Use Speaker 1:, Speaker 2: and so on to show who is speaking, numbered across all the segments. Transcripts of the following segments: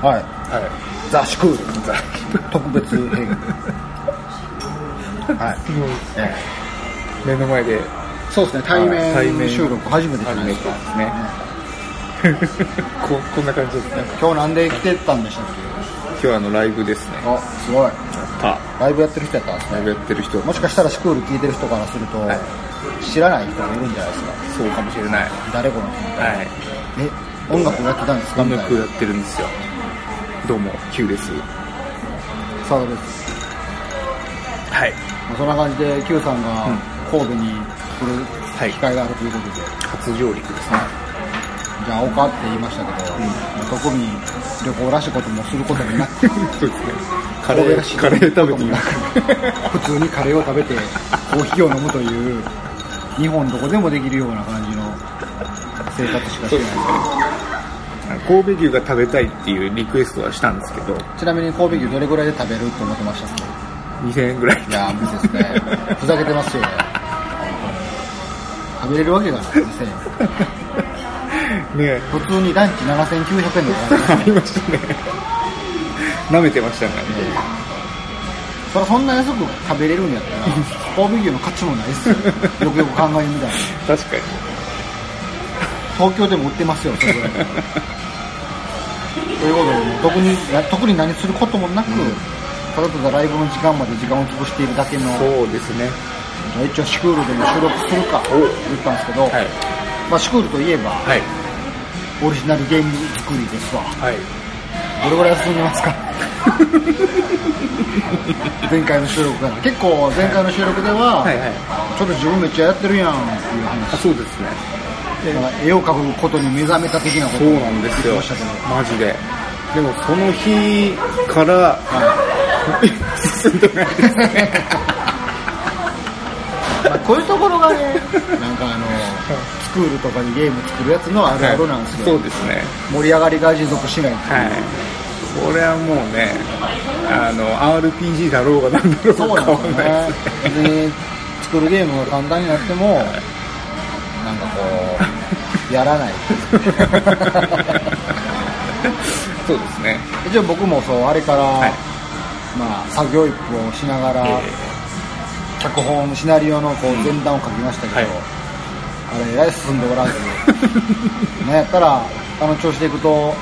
Speaker 1: はい
Speaker 2: は
Speaker 1: ザ・シュクール特別編はい、
Speaker 2: いもう
Speaker 1: え
Speaker 2: 目の前で
Speaker 1: えそうですね対
Speaker 2: はい対面
Speaker 1: 面収録初めてじゃ
Speaker 2: 始
Speaker 1: ない
Speaker 2: め
Speaker 1: ですか
Speaker 2: たんですねここんな感じですね
Speaker 1: 今日なんで来てたんでしたっ
Speaker 2: 今日はあのライブですね
Speaker 1: けあすごい
Speaker 2: あ
Speaker 1: ライブやってる人やったんです
Speaker 2: ライ
Speaker 1: ね
Speaker 2: ブやってる人
Speaker 1: もしかしたらシュクール聞いてる人からすると、
Speaker 2: はい
Speaker 1: 知らない人がいるんじゃないですか
Speaker 2: そうかもしれない
Speaker 1: 誰この
Speaker 2: はい
Speaker 1: え音楽やってたんですか
Speaker 2: 音
Speaker 1: みたい
Speaker 2: 楽
Speaker 1: な
Speaker 2: やってるんですよどうも Q です
Speaker 1: そうです
Speaker 2: はい
Speaker 1: まあそんな感じで Q さんが
Speaker 2: うん
Speaker 1: 神戸に来
Speaker 2: はい
Speaker 1: る機会があるということで、
Speaker 2: 初上陸ですね
Speaker 1: じゃあ丘って言いましたけど、まあ特に旅行らしいこともすることもなく
Speaker 2: そうですねカレーカレー食べてみます
Speaker 1: 普通にカレーを食べてコーヒーを飲むという日本どこでもできるような感じの生活しかして
Speaker 2: そう
Speaker 1: ない
Speaker 2: ですね神戸牛が食べたいっていうリクエストはしたんですけど
Speaker 1: ちなみに神戸牛どれぐらいで食べると思ってましたっ
Speaker 2: 2000円ぐらい
Speaker 1: けいやー無理ですね ふざけてますよね食べれるわけがないですね
Speaker 2: ね
Speaker 1: 普通にランチ7900円でございま す
Speaker 2: ありましたね舐めてましたね
Speaker 1: そらそんな安く食べれるんやったら神戸牛の価値もないっすよよくよく考えてみたら
Speaker 2: 確かに
Speaker 1: 東京でも売ってますよそれ ぐらいということで、ね、特にな特に何することもなく、ただただライブの時間まで時間を潰しているだけの
Speaker 2: そうですね
Speaker 1: 一応シクールでも収録するか
Speaker 2: お
Speaker 1: 言ったんですけど、
Speaker 2: はい
Speaker 1: まあ、シクールといえば、
Speaker 2: はい
Speaker 1: オリジナルゲーム作りですわ
Speaker 2: はい
Speaker 1: どれぐらい進んで ますか前回の収録から結構前回の収録では、
Speaker 2: はいはい
Speaker 1: ちょっと自分めっちゃやってるやんっていう話
Speaker 2: あそうですね
Speaker 1: だから絵を描くことに目覚めた的なこと
Speaker 2: そうなんですよ
Speaker 1: 言ってましたけど
Speaker 2: マジででもその日から進んでないですね
Speaker 1: まあこういうところがね、 なんかあの、スクールとかにゲーム作るやつのあるあるなんです
Speaker 2: そ
Speaker 1: よ
Speaker 2: う。ですね
Speaker 1: 盛り上がりが持続しない。
Speaker 2: はいこれはもうねあの RPG だろうが何だろう
Speaker 1: そうな
Speaker 2: が
Speaker 1: んで
Speaker 2: 変わ
Speaker 1: すよ
Speaker 2: んない
Speaker 1: ね
Speaker 2: ですね。
Speaker 1: 別に作るゲームが簡単になっても、なんかこう、や らない。
Speaker 2: そうですね
Speaker 1: 一応僕もそう、あれから、
Speaker 2: い
Speaker 1: まあ、作業一歩をしながら、脚本、シナリオのこう前段を書きましたけど、
Speaker 2: はい
Speaker 1: あれ、えらい進んでおらず、ね、やったら、あの調子でいくと、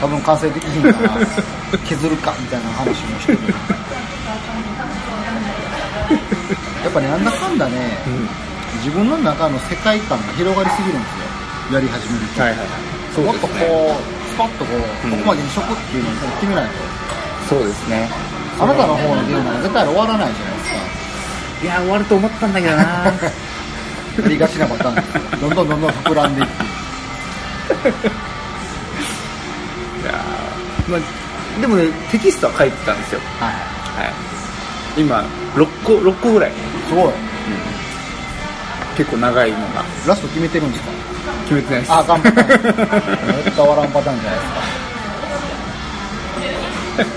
Speaker 1: 多分完成できひんから、 削るかみたいな話もしてる。やっぱね、なんだかんだね、自分の中の世界観が広がりすぎるんですよ、やり始めると。
Speaker 2: はいはいそう
Speaker 1: もっ
Speaker 2: で
Speaker 1: とこ
Speaker 2: す
Speaker 1: う
Speaker 2: ね、
Speaker 1: スパッとこう、
Speaker 2: うん
Speaker 1: ここまでにしとくっていうのを決めないと。
Speaker 2: そうですね
Speaker 1: あなたの方のゲームは絶対終わらないじゃないですか。
Speaker 2: いや終わると思ったんだけ どな
Speaker 1: やりがちなパターンですよ。どんどんどんどん膨らんでいって。
Speaker 2: いやーまあでもねテキストは書いてたんですよ
Speaker 1: は
Speaker 2: はい今6個6個ぐらい
Speaker 1: い。すごい。
Speaker 2: 結構長いのが
Speaker 1: ラスト決めてるんですか
Speaker 2: 決めてないです
Speaker 1: あ、頑張った。絶対終わらんパターンじゃないですか。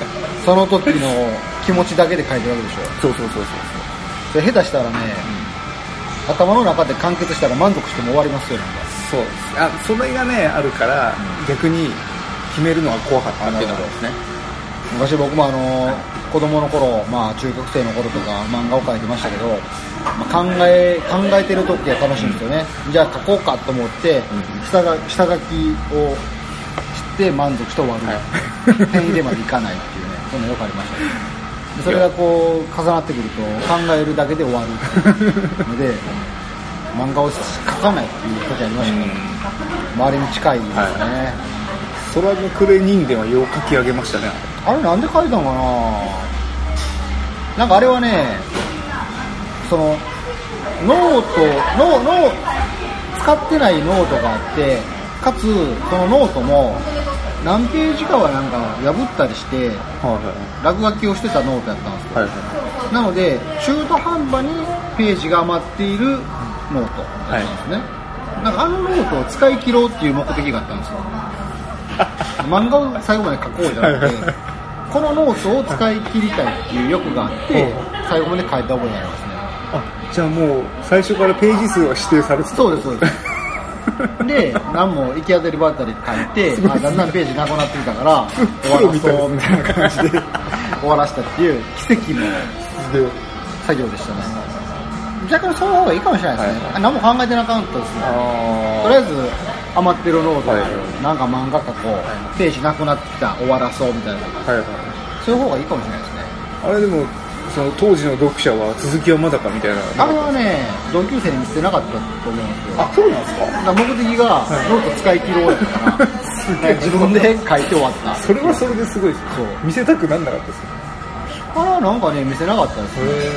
Speaker 1: その時の気持ちだけで書いてるわけでしょ。
Speaker 2: そうそうそうそう
Speaker 1: それ下手したらね、頭の中で完結したら満足しても終わりますよ、なんか
Speaker 2: そうですあそれがねあるから、逆に決めるのが怖かったっていうのがあるんですね
Speaker 1: 昔僕もあの子供の頃、まあ、中学生の頃とか漫画を描いてましたけど、まあ考え考えてる時は楽しいんですよね、じゃあ描こうかと思って、下が下書きをして満足して終わる、 点入れまでいかないっていうねそんなのよくありましたねでそれがこう重なってくると考えるだけで終わるので漫画を描かないっていう時ありましたね、周りに近いですね、
Speaker 2: 空のクレ人間はよう書き上げましたね
Speaker 1: あれなんで書いたのかななんかあれはねそのノートノーノー使ってないノートがあってかつそのノートも何ページかはなんか破ったりして
Speaker 2: はいは
Speaker 1: 落書きをしてたノートやったんですよ
Speaker 2: いはい
Speaker 1: な
Speaker 2: は
Speaker 1: ので中途半端にページが余っているノートだったんですね、なんかあのノートを使い切ろうっていう目的があったんですよ漫画を最後まで書こうじゃなくてこのノートを使い切りたいっていう欲があって
Speaker 2: う
Speaker 1: 最後まで書いた覚えがありますね
Speaker 2: あじゃあもう最初からページ数は指定されてた
Speaker 1: そうですそうですで何も行き当たりばったり書 いて、まあ、だんだんページなくなってきたから終わ
Speaker 2: プロ
Speaker 1: ら
Speaker 2: み
Speaker 1: そ
Speaker 2: たいう
Speaker 1: みたいな感じで終わらしたっていう奇跡の
Speaker 2: すげえ
Speaker 1: 作業でしたね逆にその方がいいかもしれないですね、
Speaker 2: はい
Speaker 1: あ何も考えてなかったですねとりあえず余ってるノート、
Speaker 2: はい
Speaker 1: なんか漫画書こうページなくなってきた終わらそうみたいな
Speaker 2: はいはい
Speaker 1: そういう方がいいかもしれないですね
Speaker 2: あれでもその当時の読者は続きはまだかみたいな
Speaker 1: あれはね同級生に見せてなかったと思うんですよ
Speaker 2: あそうなんですか
Speaker 1: だから目的がノート使い切ろうやったから
Speaker 2: すげ
Speaker 1: な
Speaker 2: え
Speaker 1: んか自分で書いて終わった
Speaker 2: それはそれですごいですね
Speaker 1: そう
Speaker 2: 見せたくなんなかったですね
Speaker 1: あらなんかね見せなかったです
Speaker 2: へえ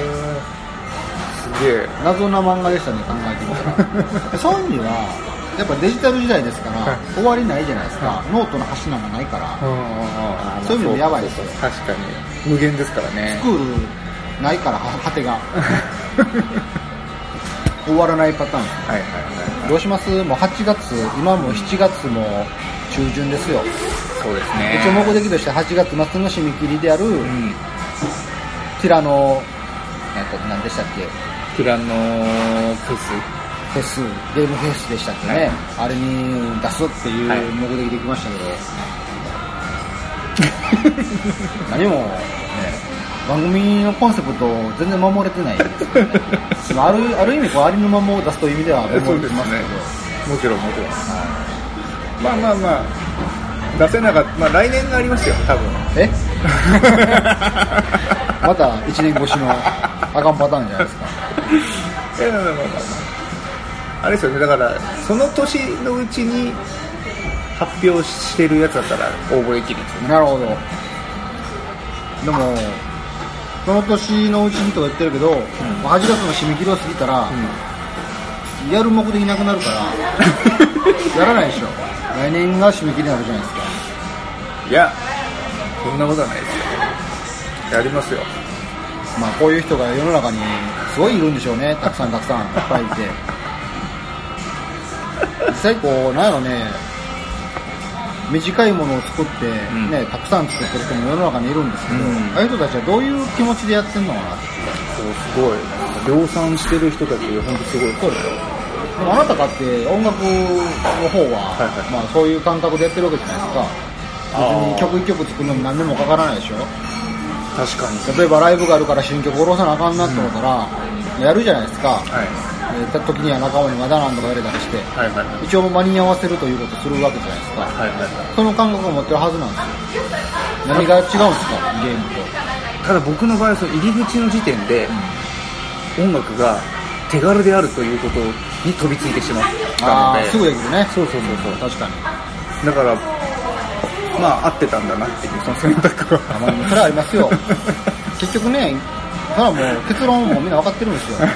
Speaker 2: すげえ
Speaker 1: 謎な漫画でしたね考えてみたらそういう意味ではやっぱデジタル時代ですから、
Speaker 2: はい
Speaker 1: 終わりないじゃないですか、ノートの端なんかないから、
Speaker 2: あ
Speaker 1: そういうのもやばいですよ
Speaker 2: 確かに無限ですからね
Speaker 1: スクールないからは果てが終わらないパターン
Speaker 2: はいはいはい
Speaker 1: どうしますもう8月今もう7月も中旬ですよ、
Speaker 2: そうです
Speaker 1: 一応目的として8月末の締め切りである、
Speaker 2: うん
Speaker 1: ティラノなんか何でしたっけ
Speaker 2: クランのプス
Speaker 1: フェスゲームフェスでしたっけね、
Speaker 2: はい
Speaker 1: あれに出すっていう
Speaker 2: はい
Speaker 1: 目的で行きましたけど、 何も、ね、番組のコンセプトを全然守れてないですよねまああるある意味こうありのままを出すという意味では守れてますけど
Speaker 2: もちろんもちろんまあまあまあ出せなかったまあ来年がありますよ多分
Speaker 1: え また1年越しのあかんパターンじゃないですか
Speaker 2: いやまあまあまあまああれですよねだからその年のうちに発表してるやつだったら応募できるんですよ
Speaker 1: なるほどでもその年のうちにとか言ってるけど、まあ8月の締め切りを過ぎたら、やる目的なくなるからや らないでしょ来年が締め切りになるじゃないですか
Speaker 2: いやそんなことはないですよやりますよ
Speaker 1: まあこういう人が世の中にすごいいるんでしょうねたくさんたくさんいっぱい いて実際こうなんやろね短いものを作って、
Speaker 2: ん
Speaker 1: ねたくさん作ってる人も世の中にいるんですけど、
Speaker 2: うん
Speaker 1: ああいう人たちはどういう気持ちでやってんのかなって
Speaker 2: そうすごい量産してる人たち本当すごいそうですよ
Speaker 1: でもあなただって音楽の方は、
Speaker 2: はいはい
Speaker 1: まあ、そういう感覚でやってるわけじゃないですか別に
Speaker 2: あー
Speaker 1: 曲一曲作るのに何年もかからないでしょ
Speaker 2: 確かに
Speaker 1: 例えばライブがあるから新曲下ろさなあかんなと思ったら、やるじゃないですか、え
Speaker 2: はい
Speaker 1: ーた時には中尾にまだなんとか入れたりして
Speaker 2: はいはいはい
Speaker 1: 一応間に合わせるということをするわけじゃないですか
Speaker 2: はいは
Speaker 1: その感覚を持ってるはずなんですよ何が違うんですかゲーム
Speaker 2: いただ僕の場合はその入り口の時点で音楽が手軽であるということに飛びついてしまっ
Speaker 1: と
Speaker 2: た
Speaker 1: ああ
Speaker 2: ので
Speaker 1: ーすぐできるね
Speaker 2: そうそうそう
Speaker 1: 確
Speaker 2: そう
Speaker 1: かに
Speaker 2: だからまあ合ってたんだなっていうその選択
Speaker 1: あ
Speaker 2: は
Speaker 1: まあでもそれはあります よ結局ねそれはもう結論もみんな分かってるんです よ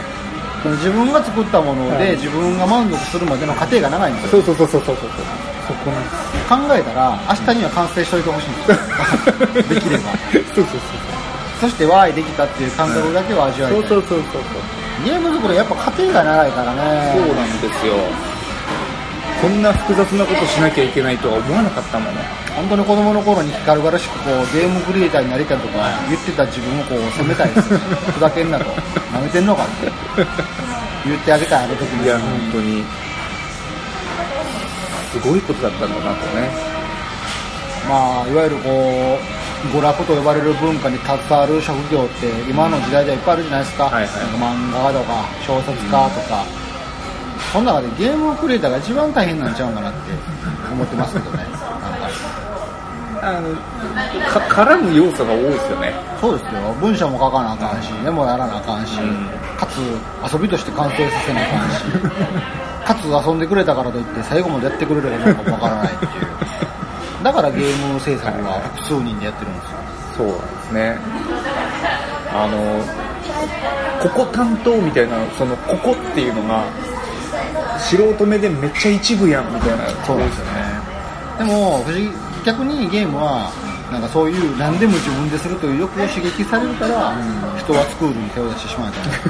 Speaker 1: その自分が作ったもの
Speaker 2: は
Speaker 1: で
Speaker 2: い
Speaker 1: 自分が満足するまでの過程が長いんですよ
Speaker 2: そうそうそうそうそうそうそこなん
Speaker 1: 考
Speaker 2: で
Speaker 1: えたら明日には完成しといてほしいんですよ できれば
Speaker 2: すそうそうそう
Speaker 1: そしてわーいできたっていう感覚だけを味わいたい、
Speaker 2: そうそうそうそう
Speaker 1: ゲーム作りはやっぱ過程が長いからね
Speaker 2: そうなんですよこんな複雑なことしなきゃいけないとは思わなかったもの
Speaker 1: 本当に子供の頃に軽々しくこうゲームクリエイターになりたいとか言ってた自分をこう責めたいですよふざけんなと舐めてんのかって言ってあげたいあの時に
Speaker 2: いや本当にすごいことだったんだなとね
Speaker 1: まあ、いわゆるこう娯楽と呼ばれる文化に携わる職業って今の時代ではいっぱいあるじゃないですか,、
Speaker 2: はいはい
Speaker 1: 漫画家とか小説家とか、その中でゲームクリエイターが一番大変なんちゃうんかなって思ってますけどねなんか
Speaker 2: あのか絡む要素が多いですよね
Speaker 1: そうですよ文章も書かなあかんしメモやらなあかんし、
Speaker 2: うん
Speaker 1: かつ遊びとして完成させなあかんしかつ遊んでくれたからといって最後までやってくれるかどうかもわからないっていうだからゲーム制作は複数人でやってるんですよ
Speaker 2: そうなんですねあのここ担当みたいなそのここっていうのが素人目でめっちゃ一部やんみたいな
Speaker 1: そうなんですよねでも不思議逆にゲームはなんかそういう何でも自分でするという欲を刺激されるから、人はスクールに手を出してしまうじゃないです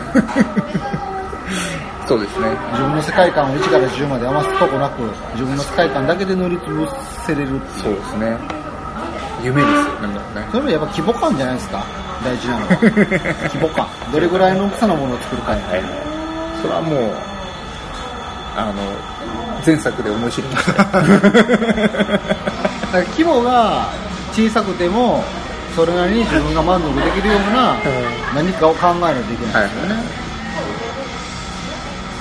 Speaker 1: か
Speaker 2: そうですね
Speaker 1: 自分の世界観を1から10まで余すとこなく自分の世界観だけで塗りつぶせれるっていう
Speaker 2: そうですね夢ですよねもうね
Speaker 1: それもやっぱ規模感じゃないですか大事なのは規模感どれぐらいの大きさのものを作るかに
Speaker 2: はい、それはもうあの前作で思い知りました
Speaker 1: だから規模が小さくてもそれなりに自分が満足できるような何かを考えないといけないですよね、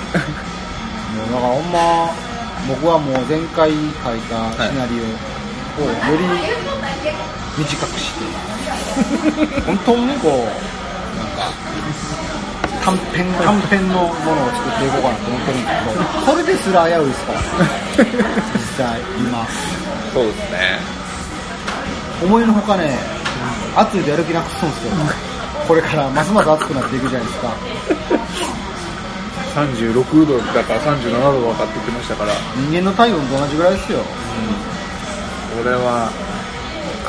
Speaker 1: もうだからほんま僕はもう前回書いたシナリオをより短くして本当にこうなんか短編短編のものを作っていこうかなと思ってるんですけどこれですら危ういですから実際今
Speaker 2: そうですね
Speaker 1: 思いのほかね、暑いとやる気なくすんですよ、これからますます暑くなっていくじゃないですか、
Speaker 2: 36度だから37度分かってきましたから
Speaker 1: 人間の体温と同じぐらいですよ、
Speaker 2: 俺は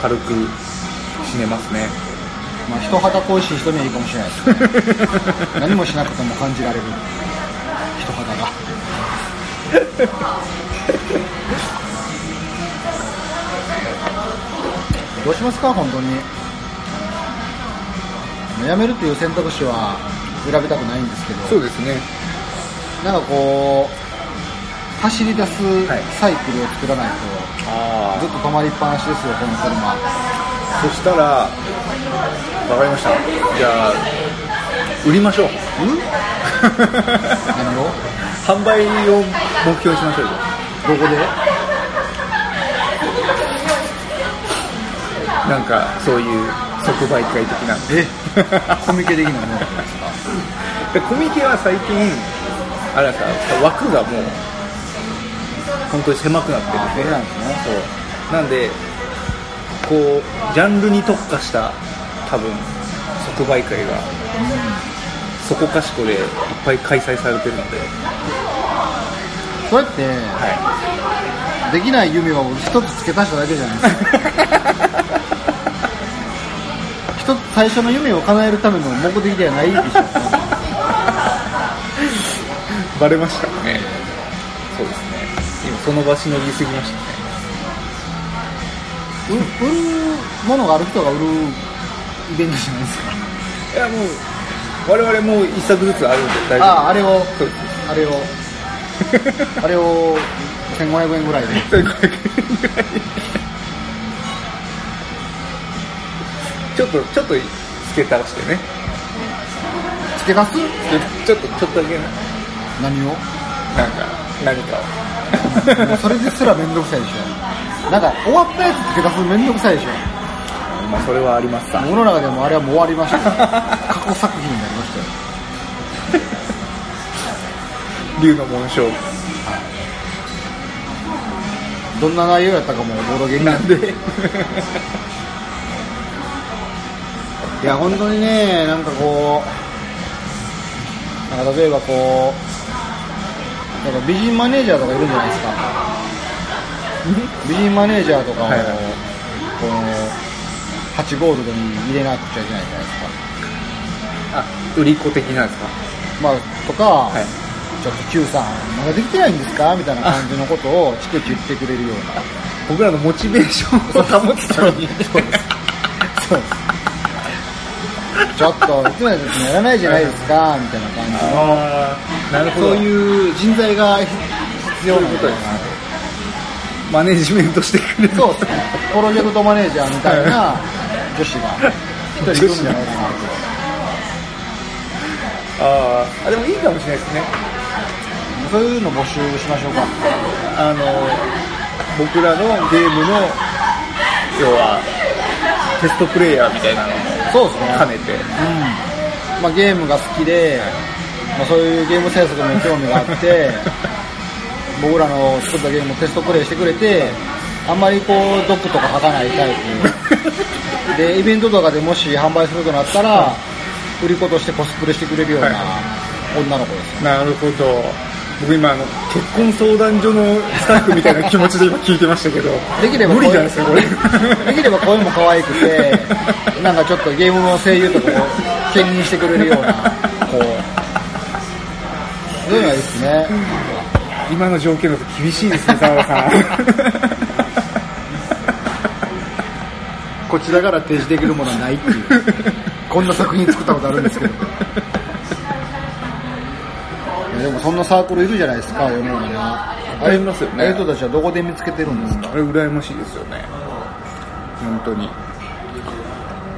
Speaker 2: 軽く死ねますね
Speaker 1: まあ、人肌恋しい人にはいいかもしれないですね、何もしなくても感じられる、人肌が。どうしますか、本当に。やめるという選択肢は選びたくないんですけど。
Speaker 2: そうですね
Speaker 1: なんかこう、走り出す
Speaker 2: はい
Speaker 1: サイクルを作らないと、
Speaker 2: あ
Speaker 1: ずっと止まりっぱなしですよ、この車。
Speaker 2: そしたら分かりましたじゃあ売りましょう
Speaker 1: うん何を
Speaker 2: 販売を目標にしましょうよ
Speaker 1: どこで
Speaker 2: なんかそういう即売会的な
Speaker 1: えコミケ的なものですか
Speaker 2: で コミケは最近あれなんですか枠がもう本当に狭くなってる
Speaker 1: あ、それなんですね。
Speaker 2: そうなんでこうジャンルに特化した多分即売会がそこかしこでいっぱい開催されてるので、
Speaker 1: そうやって、
Speaker 2: は
Speaker 1: できない夢を一つ付け足しただけじゃないですか。一つ最初の夢を叶えるための目的ではないでしょ。
Speaker 2: い、バレましたねそうですね今その場しのぎすぎましたね
Speaker 1: う売るものがある人が売るイベントじゃないですか。
Speaker 2: いやもう我々もう一作ずつあるんで大丈夫
Speaker 1: ああ、あれを。
Speaker 2: そうで
Speaker 1: あれを、あれを1500円ぐらいで。
Speaker 2: す1 5 0円ぐらい ちょっとちょっと付け足してね
Speaker 1: 付け足す
Speaker 2: ちょっとちょっとだけね
Speaker 1: 何を
Speaker 2: なんか、何かを。
Speaker 1: もうそれですらめんどくさいでしょ。なんか、終わったやつ付け足すのめんどくさいでしょ。
Speaker 2: まあ、それはありますさ。
Speaker 1: 世の中でもあれはもう終わりましたよ。過去作品になりましたよ。
Speaker 2: 竜の紋章。
Speaker 1: どんな内容やったかもボードゲーム
Speaker 2: なんで、
Speaker 1: いや、本当にね、なんかこう、なんか例えばこう、なんか美人マネージャーとかいるんじゃないですか。美人マネージャーとかを、
Speaker 2: はいはい
Speaker 1: この、8ゴールドに入れなくちゃいけないじゃないですか。
Speaker 2: あ、売り子的なんですか
Speaker 1: まあ、とか、
Speaker 2: はい。
Speaker 1: ちょっと Q さん、まだできてないんですかみたいな感じのことを、ちくち言ってくれるよう な。
Speaker 2: 僕らのモチベーションを保つために。
Speaker 1: そうです。そうです。ちょっと、いつまでですねやらないじゃないですか、みたいな感じの。
Speaker 2: ああ、なるほ
Speaker 1: そ
Speaker 2: ど。
Speaker 1: う
Speaker 2: そういう
Speaker 1: いう人材が必要な
Speaker 2: ことですね。マネジメントしてくれる。
Speaker 1: そうですね。プロジェクトマネージャーみたいな女子が一人いるんじゃないかな
Speaker 2: あーあ、でもいいかもしれないですね。
Speaker 1: と。そういうの募集しましょうか。
Speaker 2: あの、僕らのゲームの、要は、テストプレイヤーみたいなのも
Speaker 1: そうです
Speaker 2: 兼ねて。
Speaker 1: うん。まあゲームが好きで、まあそういうゲーム制作にも興味があって、 僕らの作ったゲームをテストプレイしてくれて、あんまりこう、毒とか吐かないタイ プ。で、イベントとかでもし販売するとなったら、売り子としてコスプレしてくれるような
Speaker 2: はい
Speaker 1: 女の子です。
Speaker 2: なるほど。僕今あの、結婚相談所のスタッフみたいな気持ちで今聞いてましたけど。
Speaker 1: できれば
Speaker 2: 無
Speaker 1: 声
Speaker 2: 理じゃないですか、これ。
Speaker 1: できれば声も可愛くて、なんかちょっとゲームの声優とかを兼任してくれるような、こう。そういうのはいいですね。
Speaker 2: 今の条件だと厳しいですね、澤田さ
Speaker 1: こちらから提示できるものはないっていう。こんな作品作ったことあるんですけど。いやでもそんなサークルいるじゃないですか、世の中には。
Speaker 2: ぱいいますよね
Speaker 1: ああいう人たちはどこで見つけてるんですか、
Speaker 2: あれ羨ましいですよね本当に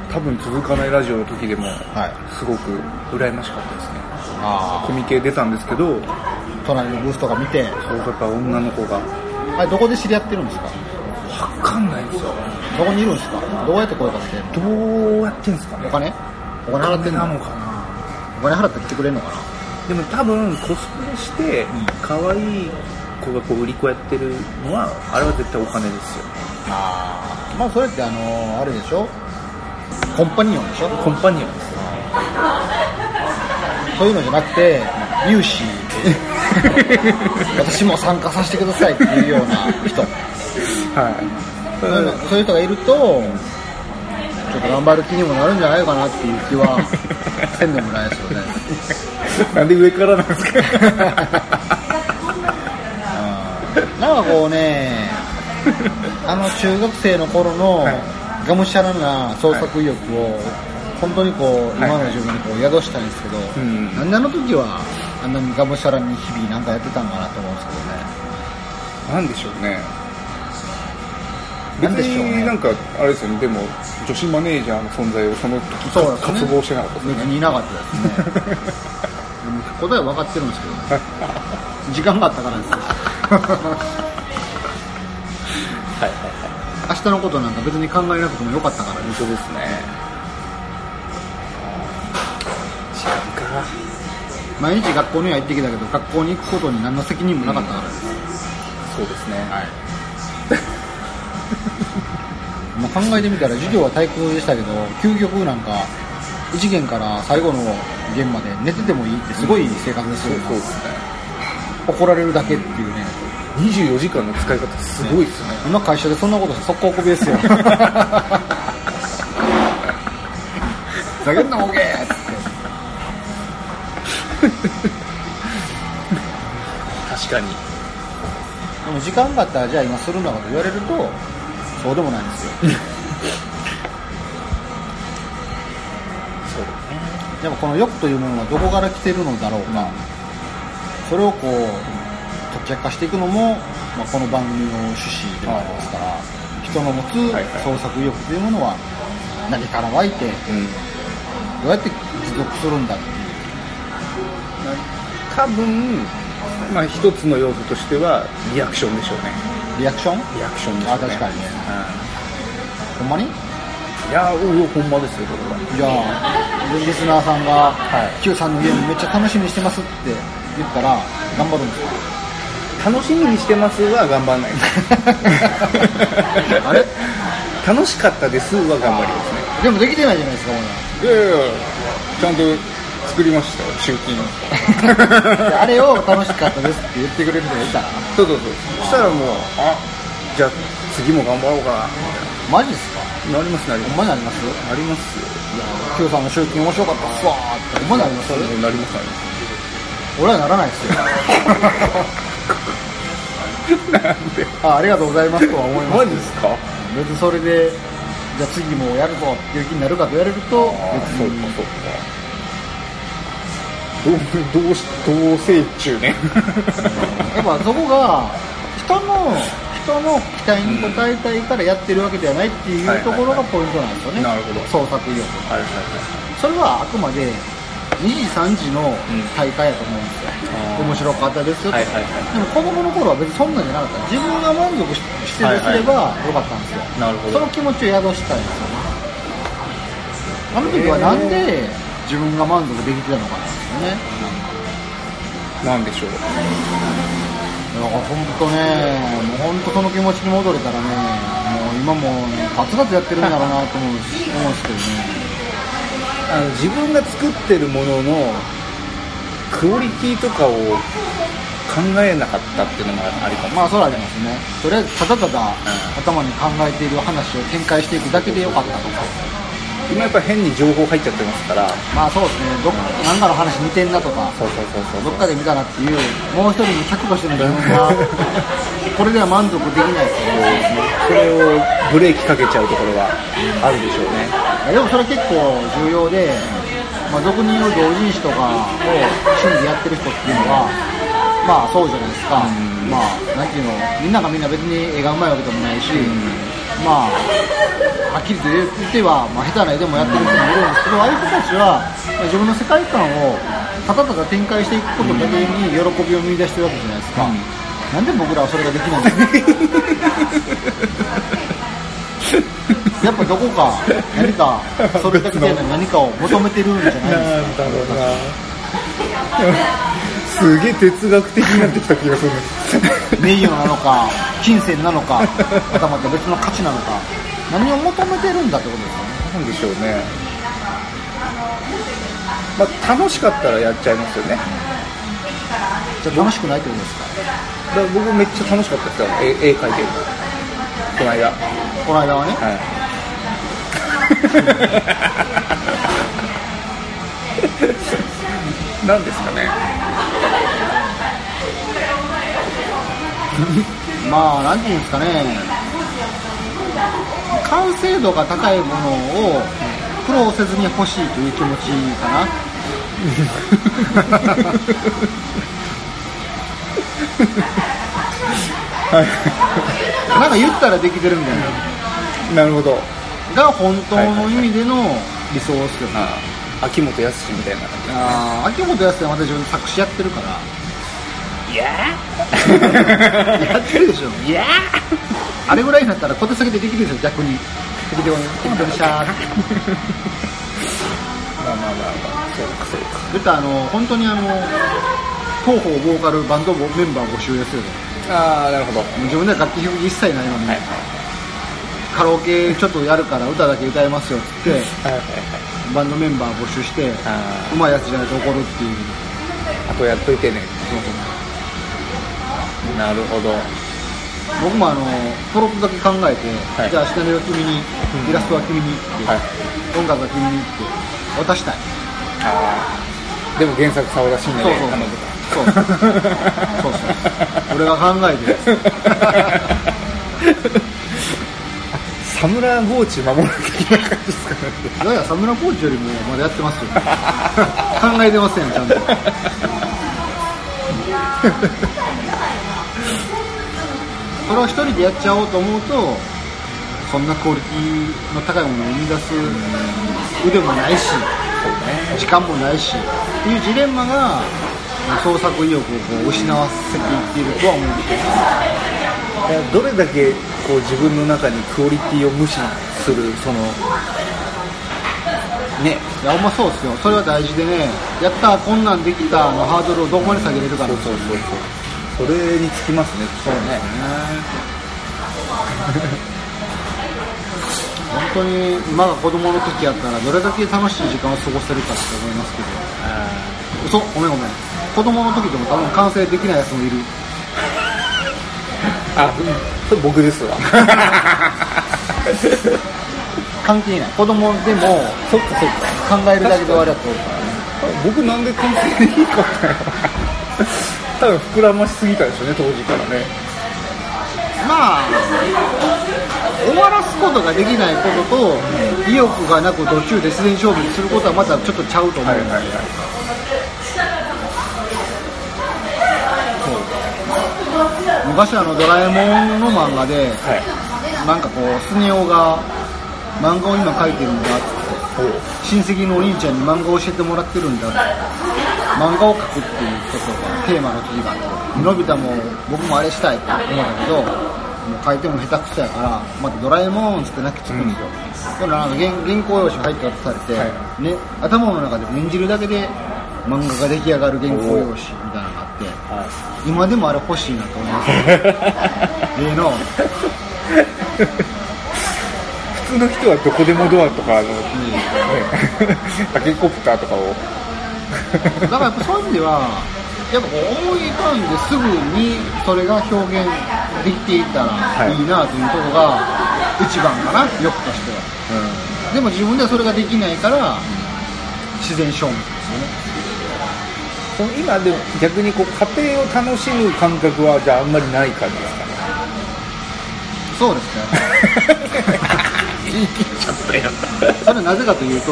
Speaker 2: 多分続かないラジオの時でも、
Speaker 1: はい
Speaker 2: すごく羨ましかったですね
Speaker 1: あ
Speaker 2: コミケ出たんですけど
Speaker 1: あ隣のブースとか見て
Speaker 2: そうやっぱ女の子が
Speaker 1: あれどこで知り合ってるんですか
Speaker 2: 分かんないんですよ
Speaker 1: どこにいるんですかどうやって声かけてんの
Speaker 2: どうやってんですかね
Speaker 1: お金お金払ってん
Speaker 2: な
Speaker 1: の
Speaker 2: のかな
Speaker 1: お金払って来てくれんのかな
Speaker 2: でも多分コスプレして可愛い子がこう売り子やってるのはあれは絶対お金ですよ
Speaker 1: ああまあそれってあのーあれでしょコンパニオンでしょ
Speaker 2: コンパニオンですよ
Speaker 1: そういうのじゃなくて有志私も参加させてくださいっていうような人そういう
Speaker 2: は
Speaker 1: のそういう人がいると、ちょっと頑張る気にもなるんじゃないかなっていう気はせんでもないですよね。
Speaker 2: いなんで上からなんですか
Speaker 1: なんかこうね、 あの中学生の頃の
Speaker 2: はい
Speaker 1: がむしゃらな創作意欲を、本当にこう、
Speaker 2: はい
Speaker 1: 今の自分にこう宿したいんですけど、
Speaker 2: ん
Speaker 1: なんであの時は、あんなにがむしゃらに日々なんかやってたんかなと思うんですけどね。
Speaker 2: なんでしょうね
Speaker 1: なんでしょうね
Speaker 2: 別になんかあれですよねでも女子マネージャーの存在をその時
Speaker 1: そうですね
Speaker 2: 渇望してなかった です
Speaker 1: 別にいなかったですね。でも答え分かってるんですけどね。時間があったからですよ。
Speaker 2: はいはいはい
Speaker 1: 明日のことなんか別に考えなくてもよかったからね
Speaker 2: 本当ですね時間か
Speaker 1: 毎日学校には行ってきたけど学校に行くことに何の責任もなかったからです、
Speaker 2: そうですね
Speaker 1: はいまあ考えてみたら授業は退屈でしたけど究極なんか1限から最後の限まで寝ててもいいってすごい生活です
Speaker 2: そう
Speaker 1: よ、
Speaker 2: そうですね
Speaker 1: 怒られるだけっていうね
Speaker 2: 24時間の使い方すごいですね
Speaker 1: 今会社でそんなことしたら速攻クビですよふざけんなボケーっつって
Speaker 2: 確かに
Speaker 1: でも時間があったらじゃあ今するんだかと言われるとそうでもないんですよ
Speaker 2: そう
Speaker 1: でもこの欲というものがどこから来てるのだろうか、それをこう解き明かしていくのも、まあ、この番組の趣旨でもありますから、人の持
Speaker 2: は
Speaker 1: つ
Speaker 2: いはい
Speaker 1: 創作意欲というものは何から湧いて
Speaker 2: うん
Speaker 1: どうやって持続するんだっていう
Speaker 2: 多分まあ一つの要素としてはリアクションでしょうね
Speaker 1: リアクション
Speaker 2: リアクションでしょうね
Speaker 1: あ確かにねほんまに
Speaker 2: うんいやーおおほんまですよこれは
Speaker 1: じゃあリスナーさんが
Speaker 2: は
Speaker 1: 「Q さんのゲームめっちゃ楽しみにしてます」って言ったら頑張るんですか
Speaker 2: 楽しみにしてますは頑張んない
Speaker 1: あれ
Speaker 2: 楽しかったですは頑張ります
Speaker 1: で
Speaker 2: ね
Speaker 1: もできてないじゃないですかほら
Speaker 2: いやいやちゃんと作りましたよ集金
Speaker 1: であれを楽しかったですって言ってくれる人がいたら
Speaker 2: そうそうそうそしたらもうあじゃあ次も頑張ろうか
Speaker 1: マジですか
Speaker 2: ななりますなり
Speaker 1: ほん
Speaker 2: ま
Speaker 1: まにありますい
Speaker 2: すなりますよ
Speaker 1: や Q さんの集金面白かったっすわーってほんまにあります
Speaker 2: なりますなりま
Speaker 1: 俺はならないですよ
Speaker 2: すなんで
Speaker 1: あありがとうございますとは思います
Speaker 2: マジですか
Speaker 1: 別にそれでじゃあ次もやるぞっていう気になるかと言われると別
Speaker 2: そう
Speaker 1: に
Speaker 2: かそうかどうどうし同性中ね
Speaker 1: やっぱそこが人の人の期待に応えたいからやってるわけではないっていうところがポイントなんですよね、
Speaker 2: はいはいはいなるほ
Speaker 1: 創作意欲
Speaker 2: はいはいはい
Speaker 1: それはあくまで2時3時の大会やと思うんですよ、面白
Speaker 2: あー
Speaker 1: かったですよと、
Speaker 2: はいはい
Speaker 1: でも子供の頃は別にそんなんじゃなかった自分が満足しして
Speaker 2: はい
Speaker 1: る
Speaker 2: は
Speaker 1: す
Speaker 2: い
Speaker 1: ればよかったんですよ、
Speaker 2: なるほ
Speaker 1: そ
Speaker 2: ど
Speaker 1: の気持ちを宿したいんですよねあの時はなんで自分が満足できてたのかなんですよね
Speaker 2: なんでしょう
Speaker 1: だから本当ねもう本当その気持ちに戻れたらねもう今もうガツガツやってるんだろうなと思う し思うんですけどね
Speaker 2: あの自分が作ってるもののクオリティとかを考えなかったっていうのもありかも
Speaker 1: まあそれはありますねとりあえずただただ頭に考えている話を展開していくだけでよかったとか
Speaker 2: 今やっぱ変に情報入っちゃってますから
Speaker 1: まあそうですねどっ何かの話似てんなとか
Speaker 2: そうそうそう
Speaker 1: どっかで見たなっていうもう一人の客としての自分がこれでは満足できないですよね
Speaker 2: それをブレーキかけちゃうところはあるでしょうね
Speaker 1: でもそれ結構重要で、まあ、俗に言う同人誌とかを趣味でやってる人っていうのはまあそうじゃないですか、
Speaker 2: ん
Speaker 1: まあなんていうのみんながみんな別に絵がうまいわけでもないし、まあはっきりと言っては、まあ、下手な絵でもやってる人もいるんですけど、ああいう人たちは、まあ自分の世界観をただただ展開していくことだけに喜びを見出してるわけじゃないですか、
Speaker 2: うん
Speaker 1: なんで僕らはそれができないんですか やっぱどこか何かそれだけで何かを求めてるんじゃないですか
Speaker 2: なんだろうなすげえ哲学的になってきた気がするね
Speaker 1: 名誉なのか、金銭なのか、はたまた別の価値なのか、何を求めてるんだってことですよね。
Speaker 2: なんでしょうね、まあ、楽しかったらやっちゃいますよね
Speaker 1: じゃあ楽しくないってことですか。
Speaker 2: だから僕めっちゃ楽しかったですよ絵絵描いてるこの間は
Speaker 1: この間はね、
Speaker 2: い何ですかね
Speaker 1: まあ、なんていうんですかね、完成度が高いものを苦労せずに欲しいという気持ちかな。なんか言ったらできてるみたいな。
Speaker 2: なるほど
Speaker 1: が本当の意味での理想ですけどね。
Speaker 2: ああ秋元康みた いな感
Speaker 1: あー秋元康はまた自分で作詞やってるから
Speaker 2: じいや
Speaker 1: やってるでしょ
Speaker 2: いや
Speaker 1: あれぐらいになったら小手先でできるでしょ逆に適当に適当にシャーって
Speaker 2: まあまあまあまあそうかそうか
Speaker 1: 出たあの本当にあの当方ボーカルバンドメンバー募集ですよね
Speaker 2: ああなるほどは
Speaker 1: もう自分では楽器一切ないのに、
Speaker 2: いはい
Speaker 1: カラオケちょっとやるから歌だけ歌いますよっつって
Speaker 2: はいはい
Speaker 1: バンドメンバー募集して
Speaker 2: あ
Speaker 1: うまいやつじゃないと怒るっていう
Speaker 2: ーあとやっといてね
Speaker 1: そうそう
Speaker 2: なるほど
Speaker 1: 僕もあのプロップだけ考えて、
Speaker 2: はい
Speaker 1: じゃあシナリオ君に
Speaker 2: うん
Speaker 1: イラストは君にって、
Speaker 2: はい
Speaker 1: 音楽は君にって渡したい
Speaker 2: ああでも原作沢田信
Speaker 1: そうそう
Speaker 2: 也で彼女
Speaker 1: そうそうそうそ う俺が考えてる
Speaker 2: サムラゴーチ守る的な感じですかね
Speaker 1: いやいやサムラコーチよりもまだやってますよ 考えてませんちゃんと それを一人でやっちゃおうと思うとそんなクオリティの高いものを生み出す腕もないし時間もないしっていうジレンマが創作意欲をこう失わせていっているとは思うんですよ
Speaker 2: いやどれだけこう自分の中にクオリティを無視するそのね
Speaker 1: いやほんまそうですよそれは大事でねやったーこんなんできたーのハードルをどこまで下げれるか
Speaker 2: そう
Speaker 1: な
Speaker 2: そうそうそうそれにつきますねそうね
Speaker 1: 本当に今が子供の時やったらどれだけ楽しい時間を過ごせるかって思いますけど嘘ごめんごめん子供の時でも多分完成できないやつもいる
Speaker 2: ああそれ僕ですわ
Speaker 1: 関係ない子供でも
Speaker 2: そっかそっか
Speaker 1: 考えるだけで終わりやと思うから
Speaker 2: 僕なんで完成できな かったんやろ多分膨らましすぎたでしょうね当時からね
Speaker 1: まあ終わらすことができないことと意欲がなく途中で自然消滅することはまたちょっとちゃうと思う、
Speaker 2: い
Speaker 1: 昔あのドラえもんの漫画で
Speaker 2: はい
Speaker 1: なんかこうスネ夫が漫画を今描いてるんだっつって
Speaker 2: おう
Speaker 1: 親戚のお兄ちゃんに漫画を教えてもらってるんだ漫画を描くっていうことがテーマの時があってのび太も僕もあれしたいって思ったけどもう描いても下手くそやからまたドラえもんっつって泣きつくんですよ、だからなんか原原稿用紙入って渡されて、
Speaker 2: は
Speaker 1: ね、頭の中で念じるだけで漫画が出来上がる原稿用紙みたいなのがあって
Speaker 2: は
Speaker 1: 今でもあれ欲しいなと思いますええの
Speaker 2: い普通の人はどこでもドアとかあの、ねタケコプターとかを
Speaker 1: だからやっぱそういう意味では、やっぱこう思い浮かんですぐにそれが表現できていったらいいなというところが一番かな、欲としては。でも自分ではそれができないから、自然消滅ですよね。
Speaker 2: その今でも逆にこう家庭を楽しむ感覚はじゃああんまりない感じですかね
Speaker 1: そうですね。
Speaker 2: 言い切っちゃったよ
Speaker 1: それはなぜかというと、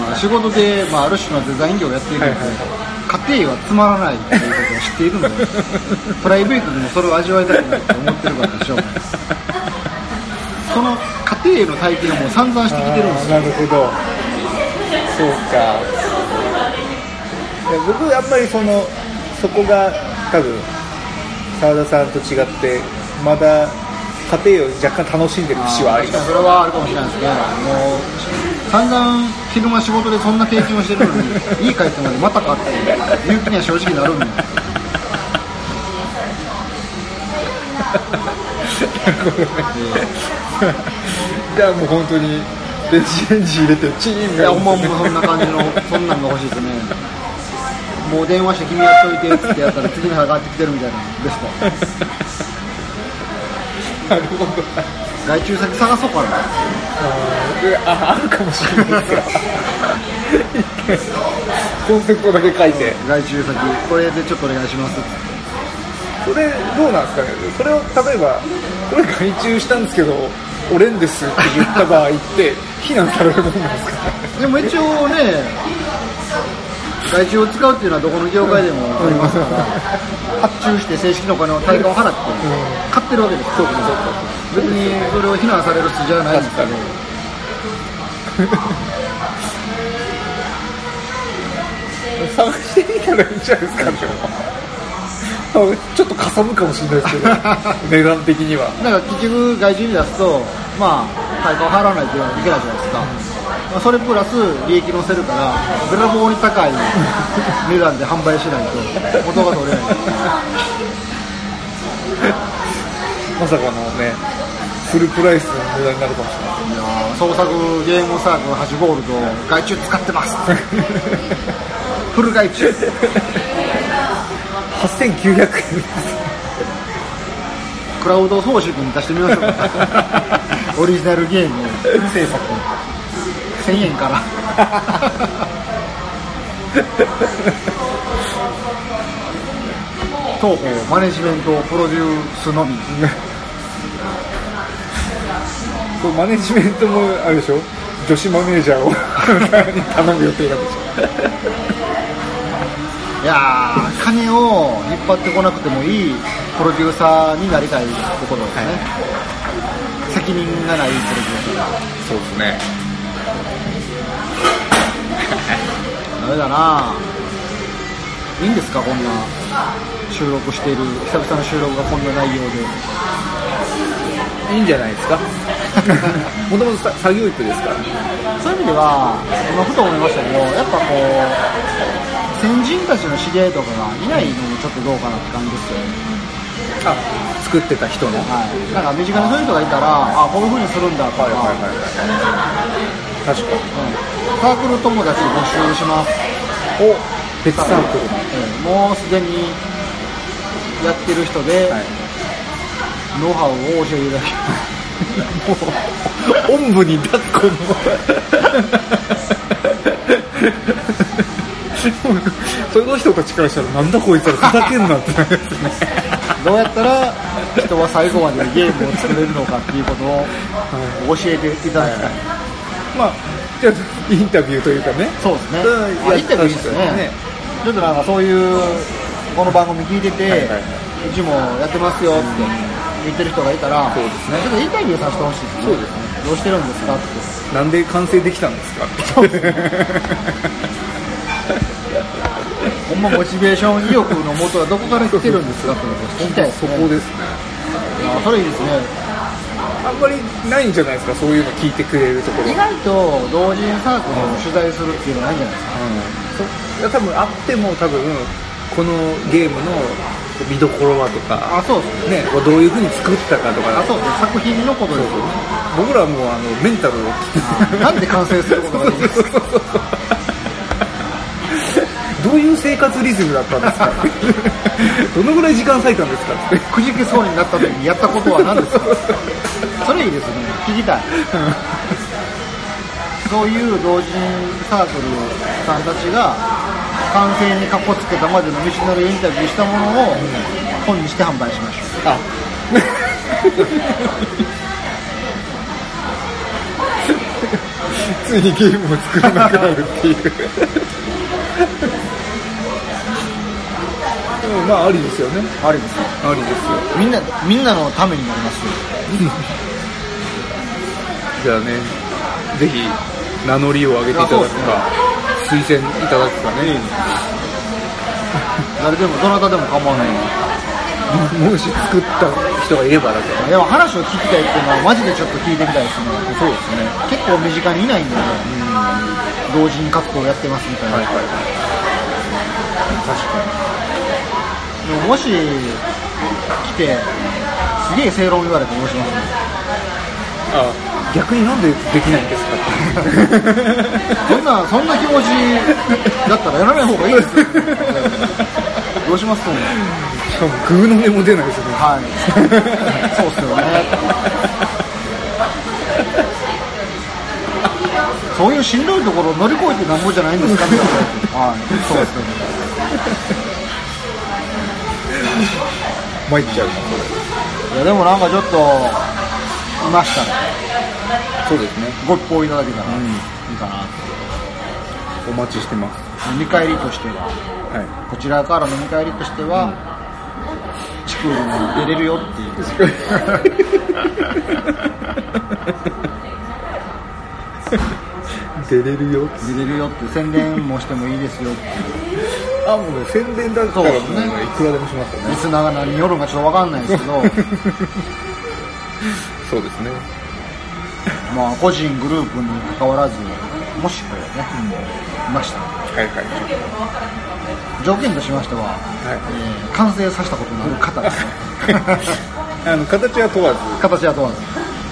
Speaker 1: まあ、仕事で、まあ、ある種のデザイン業をやっているので、
Speaker 2: はいはい
Speaker 1: 家庭はつまらないっていうことを知っているのでプライベートでもそれを味わいたくないと思ってるからでしょうその家庭の体験をもう散々してきてるんですよ
Speaker 2: なるほどそうかいや僕あんまりそのそこが多分澤田さんと違ってまだ家庭を若干楽しんでる節はあります
Speaker 1: それはあるかもしれないですねもう散々昼間仕事でそんな経験をしてるのにいい帰ってまでまたかっていう気には正直なるんで
Speaker 2: じゃあもう本当に電子レンジ入れてチーン
Speaker 1: いやほんまもうそんな感じのそんなんが欲しいですねもう電話して君やっといてっつってやったら次の日上がってきてるみたいなベスト
Speaker 2: なるほど
Speaker 1: 外注先探そうかな
Speaker 2: ああるかもしれないですがコンセプトだけ書いて
Speaker 1: 外注先これでちょっとお願いします
Speaker 2: それどうなんですかねそれを例えばこれ外注したんですけど俺んですって言った場合 って非難されるもんなんですかね
Speaker 1: でも一応ね外注を使うっていうのはどこの業界でもありますから発注して正式のお金を対価を払って買ってるわけですそう別にそれを非難される筋じゃないんですけど
Speaker 2: 確探してみたらいいんじゃないですかねちょっとかさむかもしれないですけ ど値段的には
Speaker 1: なんか結局外注に出すとまあ対価を払わないといけないじゃないですか、まあ、それプラス利益のせるからべらぼうに高い値段で販売しないと元が取れない
Speaker 2: まさかのねフルプライスの値段になるかもしれない
Speaker 1: いやー創作ゲームサークルハチゴールド外注使ってますフル外注
Speaker 2: 8900円 です
Speaker 1: クラウド創始君に出してみましょうかオリジナルゲーム制作1000円から当方マネジメントプロデュースのみ
Speaker 2: これマネジメントもあれでしょ女子マネージャーを 頼む予定なんでし
Speaker 1: いやー金を引っ張ってこなくてもいいプロデューサーになりたいところですね、責任がないプロデューサ
Speaker 2: ょそうですね
Speaker 1: ーダメだないいんですかこんな収録している久々の収録がこんな内容で
Speaker 2: いいんじゃない ですかもともとさ作業服ですから
Speaker 1: そういう意味では今ふと思いましたけどやっぱこう先人たちの知り合いとかがいないのもちょっとどうかなって感じですよね
Speaker 2: あ作ってた人のはい
Speaker 1: はい、なんか身近なそういう人がいたら、あこういうふうにするんだとか、
Speaker 2: はいはい確か
Speaker 1: うんサークル友達募集します、
Speaker 2: にお別サークル
Speaker 1: ええもうすでにやってる人で、
Speaker 2: はい
Speaker 1: ノウハウを教える だけ、
Speaker 2: おんぶに抱っこの その人たちからしたらなんだこいつらふざけんなってな るやつね
Speaker 1: どうやったら人は最後までゲームを作れるのかっていうことを教えていただきたい、
Speaker 2: まあじゃあインタビューというかね
Speaker 1: そうですね、
Speaker 2: うん
Speaker 1: あ行ってもいいです
Speaker 2: いや確かに
Speaker 1: ね
Speaker 2: ね、
Speaker 1: ちょっとなんかそういう、この番組聞いてて、
Speaker 2: はいはいう
Speaker 1: ちもやってますよって言ってる人がいたら、
Speaker 2: そうですね
Speaker 1: ちょっとインタビューさせてほしいですね、
Speaker 2: そうですね
Speaker 1: どうしてるんですかって。
Speaker 2: なんで完成できたんですか
Speaker 1: ほんまモチベーション意欲のもとはどこから来てるんですかってことを聞きたいです、
Speaker 2: そ
Speaker 1: ね、
Speaker 2: こですね
Speaker 1: あそれいいですね
Speaker 2: あんまりないんじゃないですかそういうの聞いてくれるところ、
Speaker 1: 意外と同人サークルを取材するっていうのはないんじゃないですか
Speaker 2: そ多分あっても多分このゲームの見どころはとか
Speaker 1: あそうですね
Speaker 2: ねどういうふうに作ったかと
Speaker 1: あ
Speaker 2: か
Speaker 1: そうですね作品のことですよね
Speaker 2: 僕らはもうあのメンタルを
Speaker 1: あなんで完成することができるんですか
Speaker 2: どういう生活リズムだったん ですかどのぐらい時間割いたんですかって
Speaker 1: くじけそうになった時にやったことは何ですかそれいいですね聞きたいそういう同人サークルさんたちが完成にかこつけたまでの道のりをインタビューしたものを本にして販売しましょう
Speaker 2: あついにゲームを作らなくなるっていううんまああり ですよね
Speaker 1: ありですよ
Speaker 2: ありですよ
Speaker 1: みんなみんなのためになりますよ
Speaker 2: じゃあね、ぜひ名乗りを上げていただくか、推薦いただくかね、
Speaker 1: 誰でもどなたでも構わない
Speaker 2: もし作った人がいればだけど、
Speaker 1: でも話を聞きたいっていうのはマジでちょっと聞いてみたいですね
Speaker 2: そうですね、
Speaker 1: 結構身近にいないんでね同時に活動やってますみたいな、
Speaker 2: はいはい、確か
Speaker 1: でももし来てすげえ正論言われてどうします
Speaker 2: に、あ逆になんでできないんですか
Speaker 1: そんなそんな気持ちだったらやらない方がいいですよどうしますと思う
Speaker 2: しかも、グーの音も出ないですよね、
Speaker 1: はい。そうっすよね。そういうしんどいところを乗り越えてなんぼじゃないんですかみたいな。はい。そうっすよね。
Speaker 2: 参っちゃう、
Speaker 1: いやでもなんかちょっと、いましたね。
Speaker 2: そうですね、
Speaker 1: ご一報いただけたら、
Speaker 2: うん
Speaker 1: いいかな
Speaker 2: お待ちしてます、
Speaker 1: と。飲み帰りとしては、
Speaker 2: は
Speaker 1: こちらからの飲み帰りとしては、地区に出れるよっていう。
Speaker 2: い、出れるよ、
Speaker 1: 出れるよっていう宣伝もしてもいいですよっていう。
Speaker 2: あもうね、宣伝だから、もうね、いくらでもしますよ
Speaker 1: リ
Speaker 2: ね、
Speaker 1: スナーが何よるかちょっとわかんないですけど、
Speaker 2: そうですね、
Speaker 1: まあ個人グループに関わらず、もしこれね、いました。
Speaker 2: はいはい、
Speaker 1: 条件としましては、え
Speaker 2: は
Speaker 1: ー完成させたことのある方ですね
Speaker 2: い、あの形は問わず、
Speaker 1: 形は問わず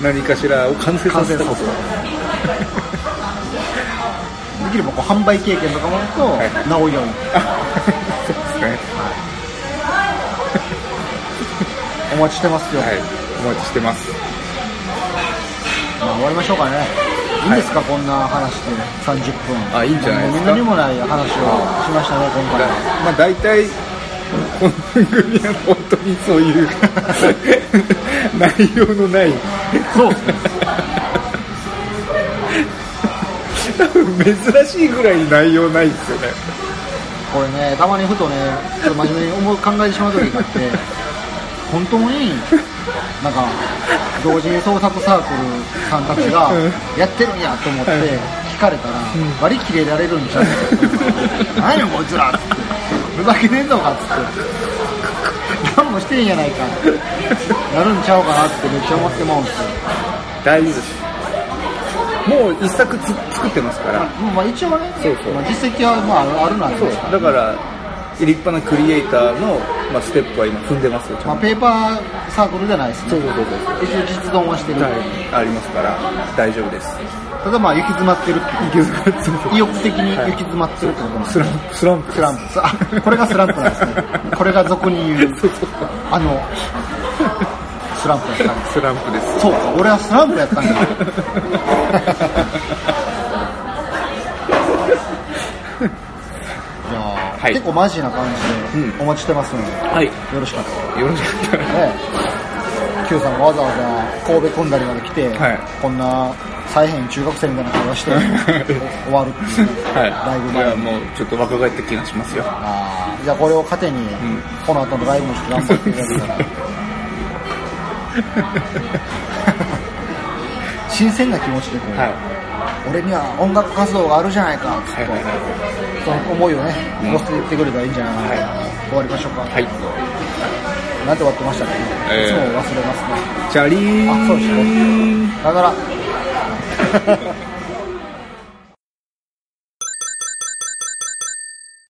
Speaker 2: 何かしらを完成さ
Speaker 1: 完成
Speaker 2: せ た
Speaker 1: さ
Speaker 2: こ
Speaker 1: せ
Speaker 2: と
Speaker 1: たできればこう販売経験とかもあると、
Speaker 2: い
Speaker 1: なおよい
Speaker 2: そうですね
Speaker 1: お待ちしてますよ、
Speaker 2: はいお待ちしてます
Speaker 1: まあ、終わりましょうかねいいんですか、こんな話で30分
Speaker 2: あいいんじゃないですか
Speaker 1: もう身にもない話をしましたね今
Speaker 2: だ
Speaker 1: 回は
Speaker 2: まあ大体この番組は本当にそういう 内容のない
Speaker 1: そうですね
Speaker 2: 多分珍しいぐらい内容ないですよね
Speaker 1: これねたまにふとねちょっと真面目に思う考えてしまう時があって本当になんか同時に創作サークルさんたちがやってるんやと思って聞かれたら割り切れられるんじゃない何やこいつらっつってふざけてんのかっつって何もしてんやないかなるんちゃうかなってめっちゃ思ってまうんですよ
Speaker 2: 大丈夫ですもう一作つ作ってますから
Speaker 1: まあ一応ね
Speaker 2: そうそう
Speaker 1: まあ、実績はまああるのはあるん
Speaker 2: そう
Speaker 1: ですから
Speaker 2: だから立派なクリエイターの、まあ、ステップは今踏んでますよちゃ
Speaker 1: まあ
Speaker 2: んと
Speaker 1: ペーパーサークルじゃないです
Speaker 2: そう
Speaker 1: ね
Speaker 2: そうそうそう
Speaker 1: 一応実存はしてる、
Speaker 2: はいありますから大丈夫です
Speaker 1: ただまあ行き詰まってるって
Speaker 2: いけずそう
Speaker 1: 意欲的に行き詰まってるってことなんです
Speaker 2: スランプスランプ
Speaker 1: スランプあこれがスランプなんですねこれが俗に言う
Speaker 2: そうそうそう
Speaker 1: あのスランプやったんで
Speaker 2: スランプです
Speaker 1: すそうか俺はスランプや ったんだじゃあ、
Speaker 2: はい
Speaker 1: 結構マジな感じで
Speaker 2: う
Speaker 1: お待ちしてますので、
Speaker 2: はい
Speaker 1: よろしかったら
Speaker 2: よろしかったら
Speaker 1: ね Q さんがわざわざ神戸飛んだりまで来て、
Speaker 2: はい
Speaker 1: こんな再編中学生みたいな会話して 終わるっていう、
Speaker 2: はい
Speaker 1: ライブ
Speaker 2: こ
Speaker 1: 前
Speaker 2: れは
Speaker 1: に
Speaker 2: もうちょっと若返った気がしますよ
Speaker 1: あーじゃあこれを糧に、
Speaker 2: ん
Speaker 1: この後のライブもちょっと頑張っていただけたら 新鮮な気持ちでこう、
Speaker 2: は
Speaker 1: 俺には音楽活動があるじゃないかっつっ
Speaker 2: はい
Speaker 1: て、
Speaker 2: はい
Speaker 1: その思いをね
Speaker 2: うん
Speaker 1: 乗せていってくれたらいいんじゃないかな、
Speaker 2: は
Speaker 1: 終わりましょうか、
Speaker 2: はい
Speaker 1: なんて終わってましたっけ、
Speaker 2: えー
Speaker 1: いつも忘れますね
Speaker 2: チャリー
Speaker 1: あそうですねさよなら